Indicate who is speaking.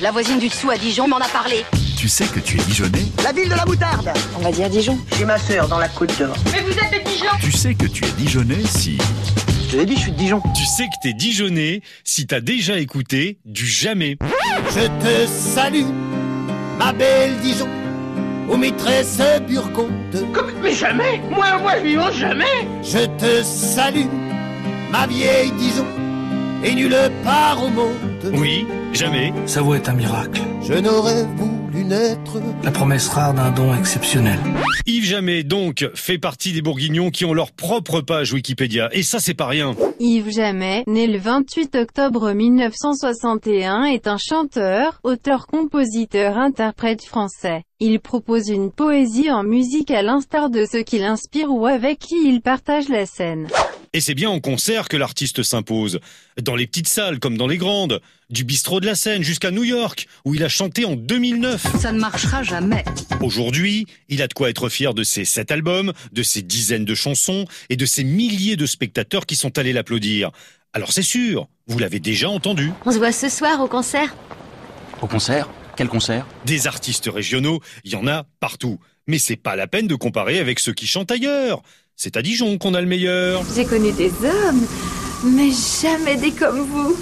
Speaker 1: La voisine du dessous à Dijon m'en a parlé.
Speaker 2: Tu sais que tu es Dijonais
Speaker 3: La ville de la moutarde
Speaker 4: On va dire Dijon.
Speaker 3: J'ai ma sœur dans la Côte d'Or.
Speaker 5: Mais vous êtes de Dijon
Speaker 2: Tu sais que tu es Dijonais si...
Speaker 3: Je te l'ai dit, je suis de Dijon.
Speaker 6: Tu sais que t'es Dijonais si t'as déjà écouté du jamais.
Speaker 7: Je te salue, ma belle Dijon, ô maîtresse burgonde.
Speaker 8: Mais jamais Moi, moi, je mange jamais
Speaker 7: Je te salue, ma vieille Dijon, et nulle part au monde.
Speaker 6: Oui, jamais.
Speaker 9: Sa voix est un miracle,
Speaker 7: Je n'aurais voulu naître
Speaker 9: la promesse rare d'un don exceptionnel.
Speaker 6: Yves Jamais, donc, fait partie des Bourguignons qui ont leur propre page Wikipédia. Et ça, c'est pas rien.
Speaker 10: Yves Jamais, né le 28 octobre 1961, est un chanteur, auteur, compositeur, interprète français. Il propose une poésie en musique à l'instar de ceux qui l'inspirent ou avec qui il partage la scène.
Speaker 6: Et c'est bien en concert que l'artiste s'impose. Dans les petites salles comme dans les grandes. Du bistrot de la Seine jusqu'à New York, où il a chanté en 2009.
Speaker 1: Ça ne marchera jamais.
Speaker 6: Aujourd'hui, il a de quoi être fier de ses sept albums, de ses dizaines de chansons et de ses milliers de spectateurs qui sont allés l'applaudir. Alors c'est sûr, vous l'avez déjà entendu.
Speaker 11: On se voit ce soir au concert.
Speaker 12: Au concert Quel concert
Speaker 6: Des artistes régionaux, il y en a partout. Mais c'est pas la peine de comparer avec ceux qui chantent ailleurs. C'est à Dijon qu'on a le meilleur.
Speaker 13: J'ai connu des hommes, mais jamais des comme vous.